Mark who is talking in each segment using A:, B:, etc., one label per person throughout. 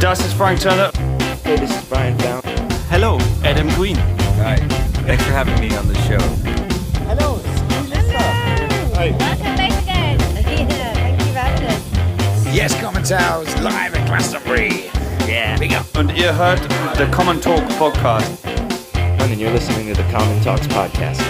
A: Das ist Frank Turner.
B: Hey, this is Brian Down.
C: Hello, Adam Green.
D: Hi. Thanks for having me on the show.
B: Hello,
E: Hi. Welcome back again. Yeah, thank you, Walter.
D: Yes, Commons House, live at Glastonbury. Yeah, big up.
A: Und ihr hört The Common Talk Podcast.
B: and you're listening to the Common Talks podcast.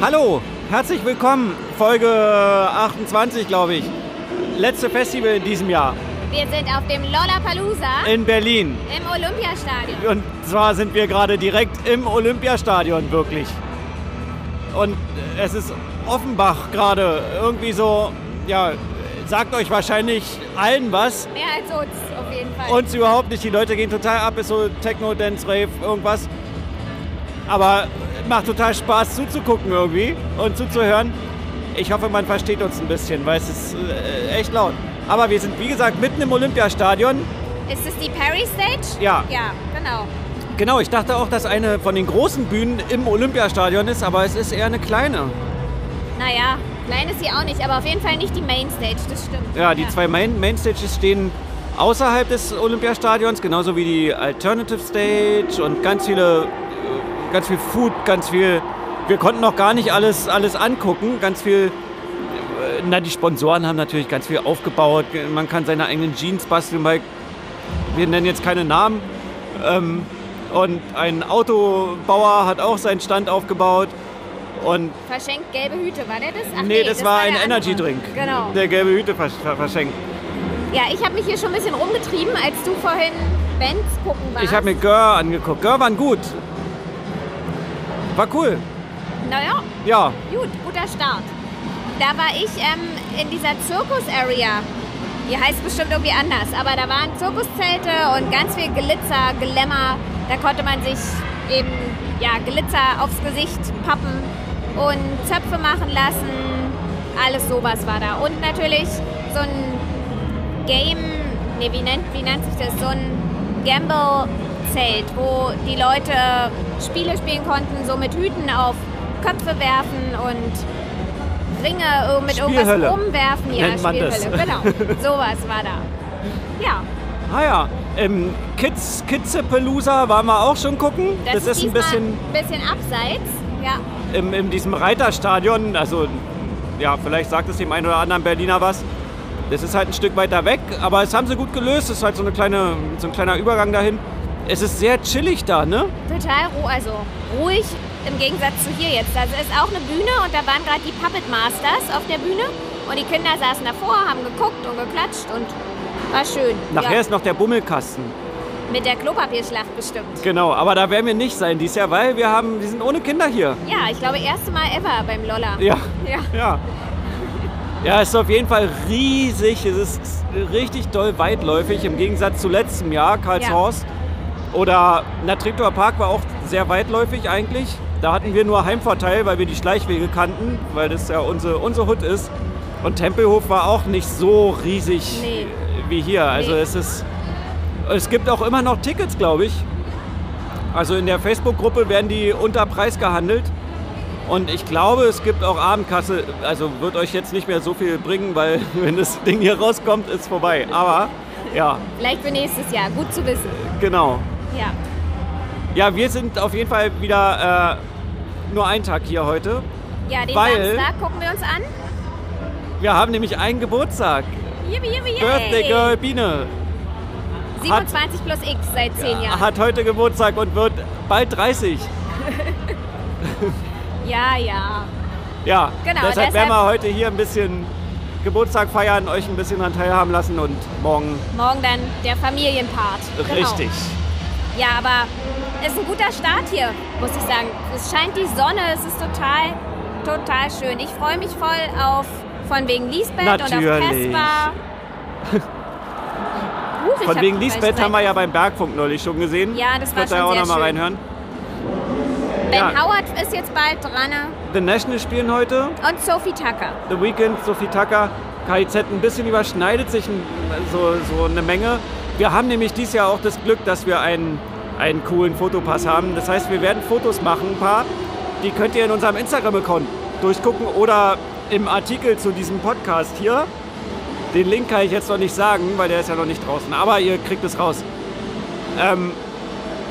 C: Hallo, herzlich willkommen. Folge 28, glaube ich. Letzte Festival in diesem Jahr
E: Wir sind auf dem Lollapalooza
C: in Berlin.
E: im Olympiastadion.
C: Und zwar sind wir gerade direkt im Olympiastadion, wirklich. Und es ist Offenbach gerade irgendwie so, ja, sagt euch wahrscheinlich allen was.
E: Mehr als uns, auf jeden Fall.
C: Uns überhaupt nicht. Die Leute gehen total ab, ist so Techno, Dance, Rave, irgendwas. Aber macht total Spaß zuzugucken irgendwie und zuzuhören. Ich hoffe, man versteht uns ein bisschen, weil es ist äh, echt laut. Aber wir sind, wie gesagt, mitten im Olympiastadion.
E: Ist es die Perry Stage?
C: Ja.
E: Ja, genau.
C: Genau, ich dachte auch, dass eine von den großen Bühnen im Olympiastadion ist, aber es ist eher eine kleine.
E: Naja, klein ist sie auch nicht, aber auf jeden Fall nicht die Main Stage, das stimmt.
C: Ja, die zwei Main Mainstages stehen außerhalb des Olympiastadions, genauso wie die Alternative Stage und ganz viele, äh, ganz viel Food, ganz viel. Wir konnten noch gar nicht alles, alles angucken, ganz viel. äh, Na, die Sponsoren haben natürlich ganz viel aufgebaut. Man kann seine eigenen Jeans basteln, weil wir nennen jetzt keine Namen. Ähm, und ein Autobauer hat auch seinen Stand aufgebaut. Und
E: Verschenkt gelbe Hüte, war der das? Ach,
C: nee, das, war ein
E: der
C: Energy
E: andere.
C: Drink,
E: Genau.
C: der gelbe Hüte versch ver- verschenkt.
E: Ja, ich habe mich hier schon ein bisschen rumgetrieben, als du vorhin Bands gucken warst.
C: Ich habe mir Gör angeguckt. Gör waren gut. War cool.
E: Naja,
C: Ja,
E: gut, guter Start. Da war ich ähm, in dieser Zirkus-Area. Die heißt bestimmt irgendwie anders, aber da waren Zirkuszelte und ganz viel Glitzer, Glamour. Da konnte man sich eben ja, Glitzer aufs Gesicht pappen und Zöpfe machen lassen. Alles sowas war da. Und natürlich so ein Game, nee, wie nennt, wie nennt sich das? So ein Gamble-Zelt, wo die Leute Spiele spielen konnten, so mit Hüten auf Köpfe werfen und Ringe ir- mit
C: Spielhölle.
E: irgendwas umwerfen. Ja,
C: Nennt man das.
E: Spielhölle, genau. Sowas war da. Ja,
C: ah ja. Im Kids, Kidsepalooza waren wir auch schon gucken.
E: das,
C: Das, ist ein
E: diesmal
C: bisschen
E: ein bisschen abseits. Ja,
C: im, in diesem Reiterstadion. Also, ja, vielleicht sagt es dem einen oder anderen Berliner was. Das ist halt ein Stück weiter weg, aber es haben sie gut gelöst. Es ist halt so, eine kleine, so ein kleiner Übergang dahin. Es ist sehr chillig da, ne?
E: total ru also ruhig im Gegensatz zu hier jetzt. Also ist auch eine Bühne und da waren gerade die Puppet Masters auf der Bühne und die Kinder saßen davor, haben geguckt und geklatscht und war schön.
C: Nachher
E: ja.
C: ist noch der Bummelkasten.
E: Mit der Klopapierschlacht bestimmt.
C: Genau, aber da werden wir nicht sein dieses Jahr, weil wir, haben, wir sind ohne Kinder hier.
E: Ja, ich glaube, erste Mal ever beim Lolla.
C: Ja.
E: Ja.
C: Ja. Ja, es ist auf jeden Fall riesig. Es ist richtig doll weitläufig im Gegensatz zu letztem Jahr, Karlshorst. Oder na, Treptower Park war auch sehr weitläufig eigentlich. Da hatten wir nur Heimvorteil, weil wir die Schleichwege kannten, weil das ja unsere, unsere Hut ist. Und Tempelhof war auch nicht so riesig
E: Nee.
C: wie hier. Also
E: Nee.
C: es ist. Es gibt auch immer noch Tickets, glaube ich. Also in der Facebook-Gruppe werden die unter Preis gehandelt. Und ich glaube, es gibt auch Abendkasse. Also wird euch jetzt nicht mehr so viel bringen, weil wenn das Ding hier rauskommt, ist vorbei. Aber ja,
E: Vielleicht für nächstes Jahr. Gut zu wissen.
C: genau.
E: Ja.
C: Ja, wir sind auf jeden Fall wieder äh, nur einen Tag hier heute.
E: Ja, den
C: Weil-
E: Samstag gucken wir uns an.
C: Wir haben nämlich einen Geburtstag.
E: Yippie, yippie, yippie.
C: Birthday Girl Biene
E: 27 plus X seit 10 Jahren.
C: hat heute Geburtstag und wird bald 30.
E: Ja, ja.
C: Ja,
E: Genau,
C: deshalb
E: deshalb-
C: werden wir heute hier ein bisschen Geburtstag feiern, euch ein bisschen daran teilhaben lassen und morgen
E: Morgen dann der Familienpart. Genau.
C: richtig.
E: Ja, aber ist ein guter Start hier, muss ich sagen. Es scheint die Sonne, es ist total, total schön. Ich freue mich voll auf von wegen Lisbeth und auf
C: Natürlich.
E: Caspar. Huch, ich
C: Von
E: hab
C: wegen
E: die
C: Lisbeth
E: falsche
C: haben wir ja beim Bergfunk neulich schon gesehen.
E: Ja, das war
C: Könnt ihr
E: schon
C: auch
E: sehr
C: noch mal
E: schön.
C: reinhören.
E: Seite. Ben
C: ja.
E: Howard ist jetzt bald dran ne?
C: The National spielen heute,
E: und Sophie Tucker.
C: The Weeknd, Sophie Tucker, KIZ ein bisschen überschneidet sich ein- so, so eine Menge. Wir haben nämlich dieses Jahr auch das Glück, dass wir einen, einen coolen Fotopass haben. Das heißt, wir werden Fotos machen, ein paar. die könnt ihr in unserem Instagram-Account durchgucken oder im Artikel zu diesem Podcast hier. Den Link kann ich jetzt noch nicht sagen, weil der ist ja noch nicht draußen. Aber ihr kriegt es raus. Ähm,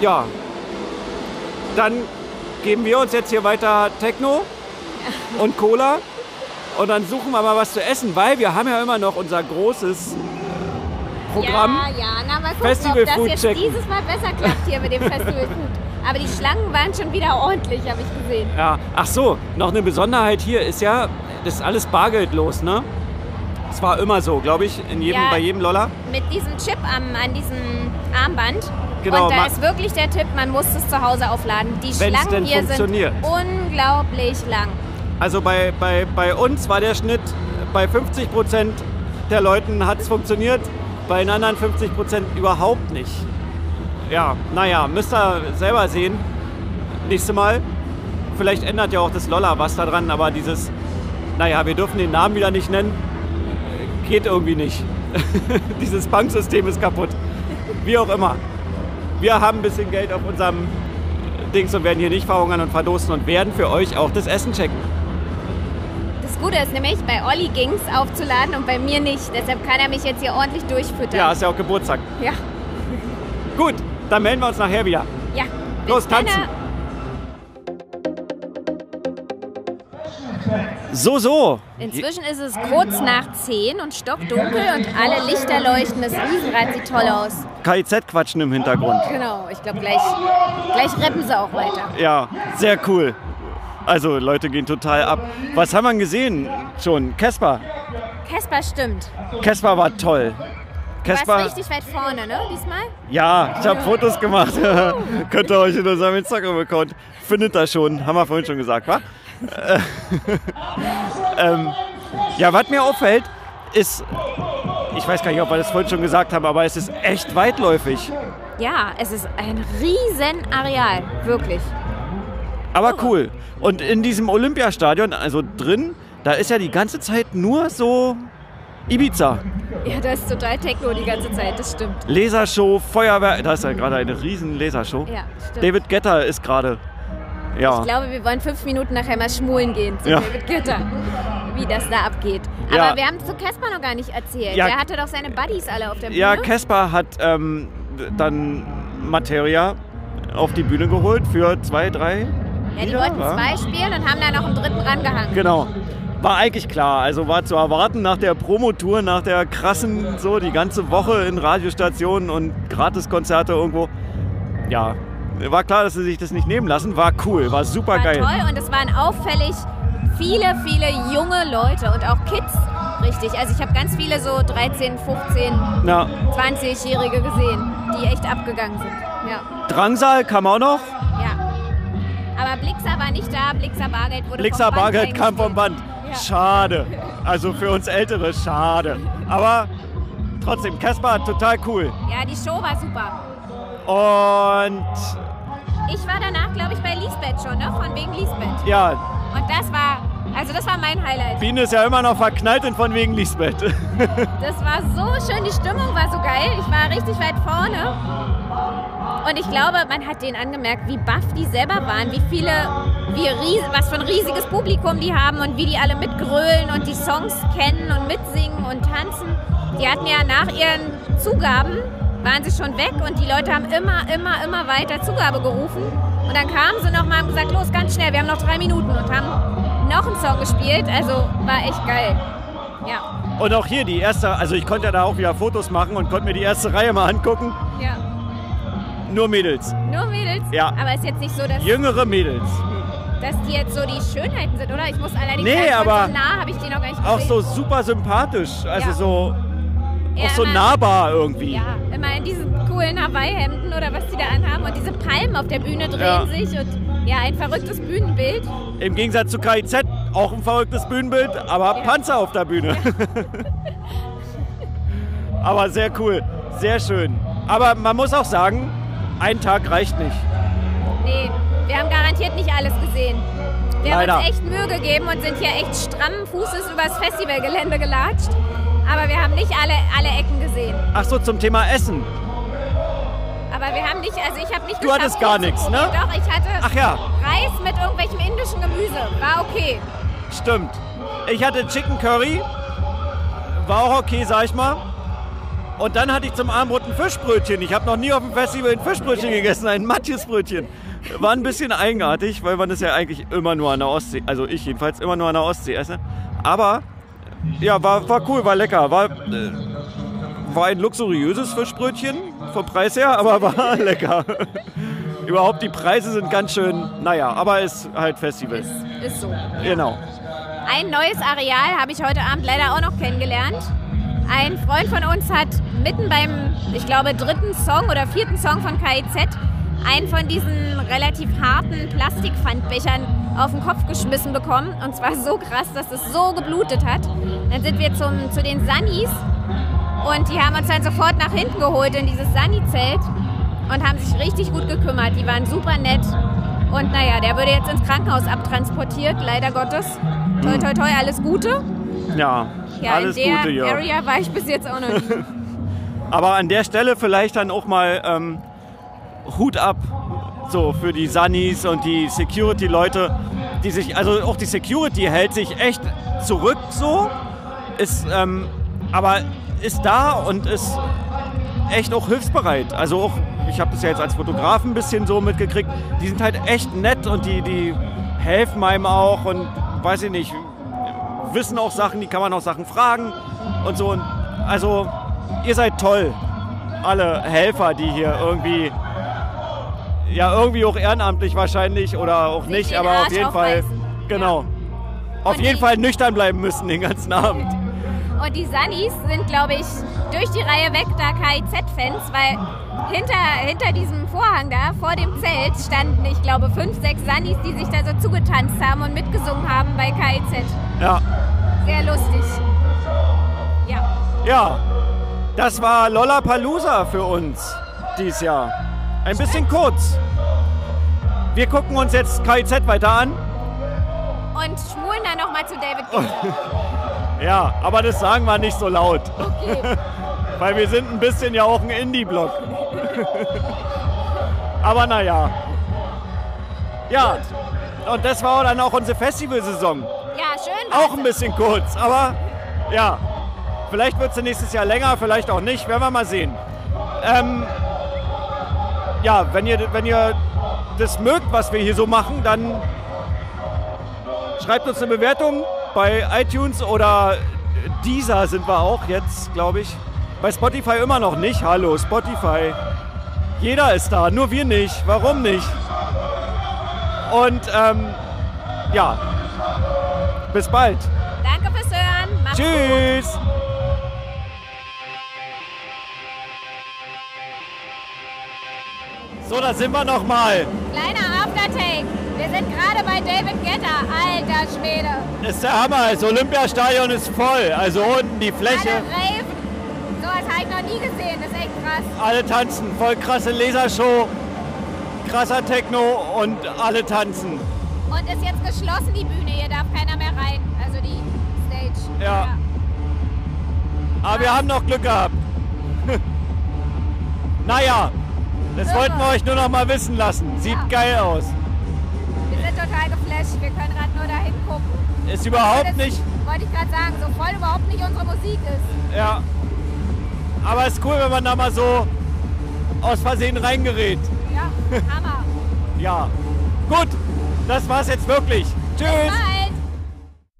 C: ja. Dann geben wir uns jetzt hier weiter Techno und Cola. Und dann suchen wir mal was zu essen, weil wir haben ja immer noch unser großes äh, Programm.
E: Ja, ja, na mal gucken,
C: Festival
E: ob das
C: Food
E: jetzt
C: checken.
E: dieses Mal besser klappt hier mit dem Festival Food. Aber die Schlangen waren schon wieder ordentlich, habe ich gesehen.
C: Ja, ach so, noch eine Besonderheit hier ist ja, das ist alles bargeldlos, ne? Das war immer so, glaube ich, in jedem,
E: Ja.
C: bei jedem Loller.
E: Mit diesem Chip am, an diesem Armband.
C: Genau,
E: Und
C: ma-
E: da ist wirklich der Tipp, man muss es zu Hause aufladen. Die
C: Wenn's
E: Schlangen
C: denn
E: hier sind
C: funktioniert.
E: unglaublich lang.
C: Also bei, bei, bei uns war der Schnitt bei 50 Prozent der Leuten hat es funktioniert, bei den anderen 50 Prozent überhaupt nicht. Ja, naja, müsst ihr selber sehen. Nächstes Mal. Vielleicht ändert ja auch das Loller was daran, aber dieses, naja, wir dürfen den Namen wieder nicht nennen, äh, geht irgendwie nicht. dieses Banksystem ist kaputt. Wie auch immer. Wir haben ein bisschen Geld auf unserem Dings und werden hier nicht verhungern und verdosen und werden für euch auch das Essen checken.
E: Das Gute ist nämlich, bei Olli ging es aufzuladen und bei mir nicht. Deshalb kann er mich jetzt hier ordentlich durchfüttern.
C: Ja, ist ja auch Geburtstag.
E: ja.
C: Gut, dann melden wir uns nachher wieder.
E: ja.
C: Los,
E: Bis dann.
C: tanzen. So, so.
E: Inzwischen ist es kurz nach 10 und stockdunkel und alle Lichter leuchten. Das Riesenrad sieht toll aus.
C: KIZ-Quatschen im Hintergrund.
E: Genau, ich glaube, gleich, gleich rappen sie auch weiter.
C: Ja, sehr cool. Also, Leute gehen total ab. Was haben wir denn gesehen schon? Casper.
E: Casper stimmt.
C: Casper war toll.
E: Du warst
C: Casper,
E: richtig weit vorne, ne? Diesmal?
C: ja, ich habe Fotos gemacht. Könnt ihr euch in unserem Instagram-Account findet ihr schon. Haben wir vorhin schon gesagt, wa? Äh, ähm, ja, was mir auffällt, ist, ich weiß gar nicht, ob wir das vorhin schon gesagt haben, aber es ist echt weitläufig.
E: Ja, es ist ein riesen Areal, wirklich.
C: Aber
E: Oh.
C: cool. Und in diesem Olympiastadion, also drin, da ist ja die ganze Zeit nur so Ibiza.
E: Ja, da ist total Techno die ganze Zeit, das stimmt.
C: Lasershow, Feuerwerk. Da ist ja gerade eine riesen Lasershow.
E: Ja, stimmt.
C: David Getter ist gerade.
E: Ich
C: Ja.
E: glaube, wir wollen fünf Minuten nachher mal schmulen gehen zu
C: Ja.
E: David Gitter, wie das da abgeht. Aber
C: Ja.
E: wir haben zu Casper noch gar nicht erzählt.
C: Ja.
E: Der hatte doch seine Buddies alle auf der Bühne.
C: Ja, Caspar hat ähm, dann Materia auf die Bühne geholt für zwei, drei.
E: ja die
C: Lieder,
E: wollten
C: wa?
E: zwei spielen und haben da noch einen dritten rangehangen.
C: Genau. War eigentlich klar. Also war zu erwarten nach der Promotour, nach der krassen, so die ganze Woche in Radiostationen und Gratiskonzerte irgendwo. Ja, war klar, dass sie sich das nicht nehmen lassen. War cool, war super
E: War
C: geil.
E: toll und es waren auffällig viele, viele junge Leute und auch Kids. Richtig, also ich habe ganz viele so 13, 15,
C: Na,
E: 20-Jährige gesehen, die echt abgegangen sind. Ja,
C: Drangsal kam auch noch.
E: ja. Aber Blixer war nicht da, Blixer Bargeld wurde
C: Blixer
E: vom Band
C: Bargeld kam vom
E: eingespielt.
C: Band.
E: Ja.
C: Schade. Also für uns Ältere, schade. Aber trotzdem, Caspar, total cool.
E: Ja, die Show war super.
C: Und
E: Ich war danach, glaube ich, bei Lisbeth schon, ne? Von wegen Lisbeth.
C: ja,
E: Und das war, also das war mein Highlight.
C: Biene ist ja immer noch verknallt und von wegen Lisbeth.
E: Das war so schön, die Stimmung war so geil. Ich war richtig weit vorne. Und ich glaube, man hat denen angemerkt, wie baff die selber waren, wie viele, wie ries, was für ein riesiges Publikum die haben und wie die alle mitgrölen und die Songs kennen und mitsingen und tanzen. Die hatten ja nach ihren Zugaben, waren sie schon weg und die Leute haben immer, immer, immer weiter Zugabe gerufen. Und dann kamen sie nochmal und haben gesagt, los, ganz schnell, wir haben noch drei Minuten und haben noch einen Song gespielt. Also war echt geil. Ja,
C: Und auch hier die erste, also ich konnte ja da auch wieder Fotos machen und konnte mir die erste Reihe mal angucken.
E: ja.
C: Nur Mädels,
E: Nur Mädels?
C: Ja.
E: Aber ist jetzt nicht so, dass,
C: jüngere Mädels.
E: dass die jetzt so die Schönheiten sind, oder? Ich muss allerdings
C: Nee,
E: sagen, von
C: aber
E: so nah habe ich die noch gar nicht
C: Auch
E: gesehen.
C: so super sympathisch, also
E: Ja.
C: so,
E: Ja,
C: auch so
E: immer-
C: nahbar irgendwie.
E: Ja, immer in diesen coolen Hawaii-Hemden oder was die da anhaben. Und diese Palmen auf der Bühne drehen
C: Ja.
E: sich und ja, ein verrücktes Bühnenbild.
C: Im Gegensatz zu KIZ, auch ein verrücktes Bühnenbild, aber
E: Ja.
C: Panzer auf der Bühne. aber sehr cool, sehr schön. Aber man muss auch sagen, ein Tag reicht nicht.
E: Nee, wir haben garantiert nicht alles gesehen. Wir haben
C: Leider.
E: uns echt Mühe gegeben und sind hier echt strammen Fußes übers Festivalgelände gelatscht. Aber wir haben nicht alle, alle Ecken gesehen.
C: Ach so, zum Thema Essen.
E: Aber wir haben nicht, also ich habe nicht
C: Du hattest
E: geschafft,
C: gar
E: viel zu
C: nichts,
E: probieren.
C: ne?
E: Doch, ich hatte
C: Ach ja.
E: Reis mit irgendwelchem indischen Gemüse. War okay.
C: Stimmt. Ich hatte Chicken Curry. War auch okay, sag ich mal. Und dann hatte ich zum Abendbrot ein Fischbrötchen. Ich habe noch nie auf dem Festival ein Fischbrötchen gegessen, ein Matjesbrötchen. War ein bisschen eigenartig, weil man das ja eigentlich immer nur an der Ostsee, also ich jedenfalls immer nur an der Ostsee esse. Aber ja, war, war cool, war lecker. War, äh, war ein luxuriöses Fischbrötchen vom Preis her, aber war lecker. Überhaupt die Preise sind ganz schön, naja, aber ist halt Festival.
E: Ist, ist so.
C: Genau.
E: Ein neues Areal habe ich heute Abend leider auch noch kennengelernt. Ein Freund von uns hat mitten beim, ich glaube, dritten Song oder vierten Song von KIZ einen von diesen relativ harten Plastikpfandbechern auf den Kopf geschmissen bekommen. Und zwar so krass, dass es so geblutet hat. Dann sind wir zum, zu den Sunnies und die haben uns dann sofort nach hinten geholt in dieses Sunny-Zelt und haben sich richtig gut gekümmert. Die waren super nett. Und naja, der würde jetzt ins Krankenhaus abtransportiert, leider Gottes. Toi, toi, toi, alles Gute.
C: Ja,
E: Ja,
C: alles
E: in der
C: Gute, Jörg.
E: Area war ich bis jetzt auch noch nie.
C: Aber an der Stelle vielleicht dann auch mal ähm, Hut ab so für die Sunnies und die Security-Leute, die sich, also auch die Security hält sich echt zurück so, ist, ähm, aber ist da und ist echt auch hilfsbereit. Also auch, ich habe das ja jetzt als Fotograf ein bisschen so mitgekriegt, die sind halt echt nett und die, die helfen einem auch und weiß ich nicht, wissen auch Sachen, die kann man auch Sachen fragen und so. Und also ihr seid toll, alle Helfer, die hier irgendwie, ja irgendwie auch ehrenamtlich wahrscheinlich oder auch nicht,
E: den
C: aber auf
E: Arsch
C: jeden Fall,
E: aufreißen.
C: genau, auf
E: Und
C: jeden
E: die-
C: Fall nüchtern bleiben müssen den ganzen Abend.
E: Und die Sunnies sind, glaube ich, durch die Reihe weg da KIZ-Fans, weil hinter, hinter diesem Vorhang da, vor dem Zelt, standen, ich glaube, fünf, sechs Sunnies, die sich da so zugetanzt haben und mitgesungen haben bei KIZ.
C: Ja.
E: Sehr lustig. Ja.
C: Ja, das war Lollapalooza für uns dieses Jahr. Ein bisschen kurz. Wir gucken uns jetzt KIZ weiter an.
E: Und schwulen dann nochmal zu David Guetta.
C: Ja, aber das sagen wir nicht so laut,
E: Okay.
C: weil wir sind ein bisschen ja auch ein Indie-Block. aber naja. Ja, und das war dann auch unsere Festivalsaison.
E: Ja, schön.
C: Auch ein bisschen kurz, aber ja. Vielleicht wird es nächstes Jahr länger, vielleicht auch nicht, werden wir mal sehen. Ähm, ja, wenn ihr, wenn ihr das mögt, was wir hier so machen, dann schreibt uns eine Bewertung bei iTunes oder dieser sind wir auch jetzt, glaube ich. Bei Spotify immer noch nicht. Hallo, Spotify. Jeder ist da, nur wir nicht. Warum nicht? Und ähm, ja, bis bald.
E: Danke fürs Hören. Macht's gut.
C: Tschüss. So, da sind wir nochmal.
E: Kleiner Aftertake. Wir sind gerade bei David Guetta. Alter Schwede.
C: Ist der Hammer. Das Olympiastadion ist voll. Also unten die Fläche.
E: Alle raven. Sowas habe ich noch nie gesehen. Das ist echt krass.
C: Alle tanzen. Voll krasse Lasershow. Krasser Techno und alle tanzen.
E: Und ist jetzt geschlossen, die Bühne. Hier darf keiner mehr rein. Also die Stage.
C: Ja. Aber wir haben noch Glück gehabt. naja, das wollten wir euch nur noch mal wissen lassen. Sieht
E: Ja.
C: geil aus.
E: Wir sind total geflasht. Wir können gerade nur da hingucken.
C: Ist überhaupt
E: Das-
C: nicht
E: Wollte ich gerade sagen. So voll überhaupt nicht unsere Musik ist.
C: Ja. Aber es ist cool, wenn man da mal so aus Versehen reingerät.
E: Ja, Hammer.
C: Ja. Gut, das war's jetzt wirklich. Tschüss.
E: Bye.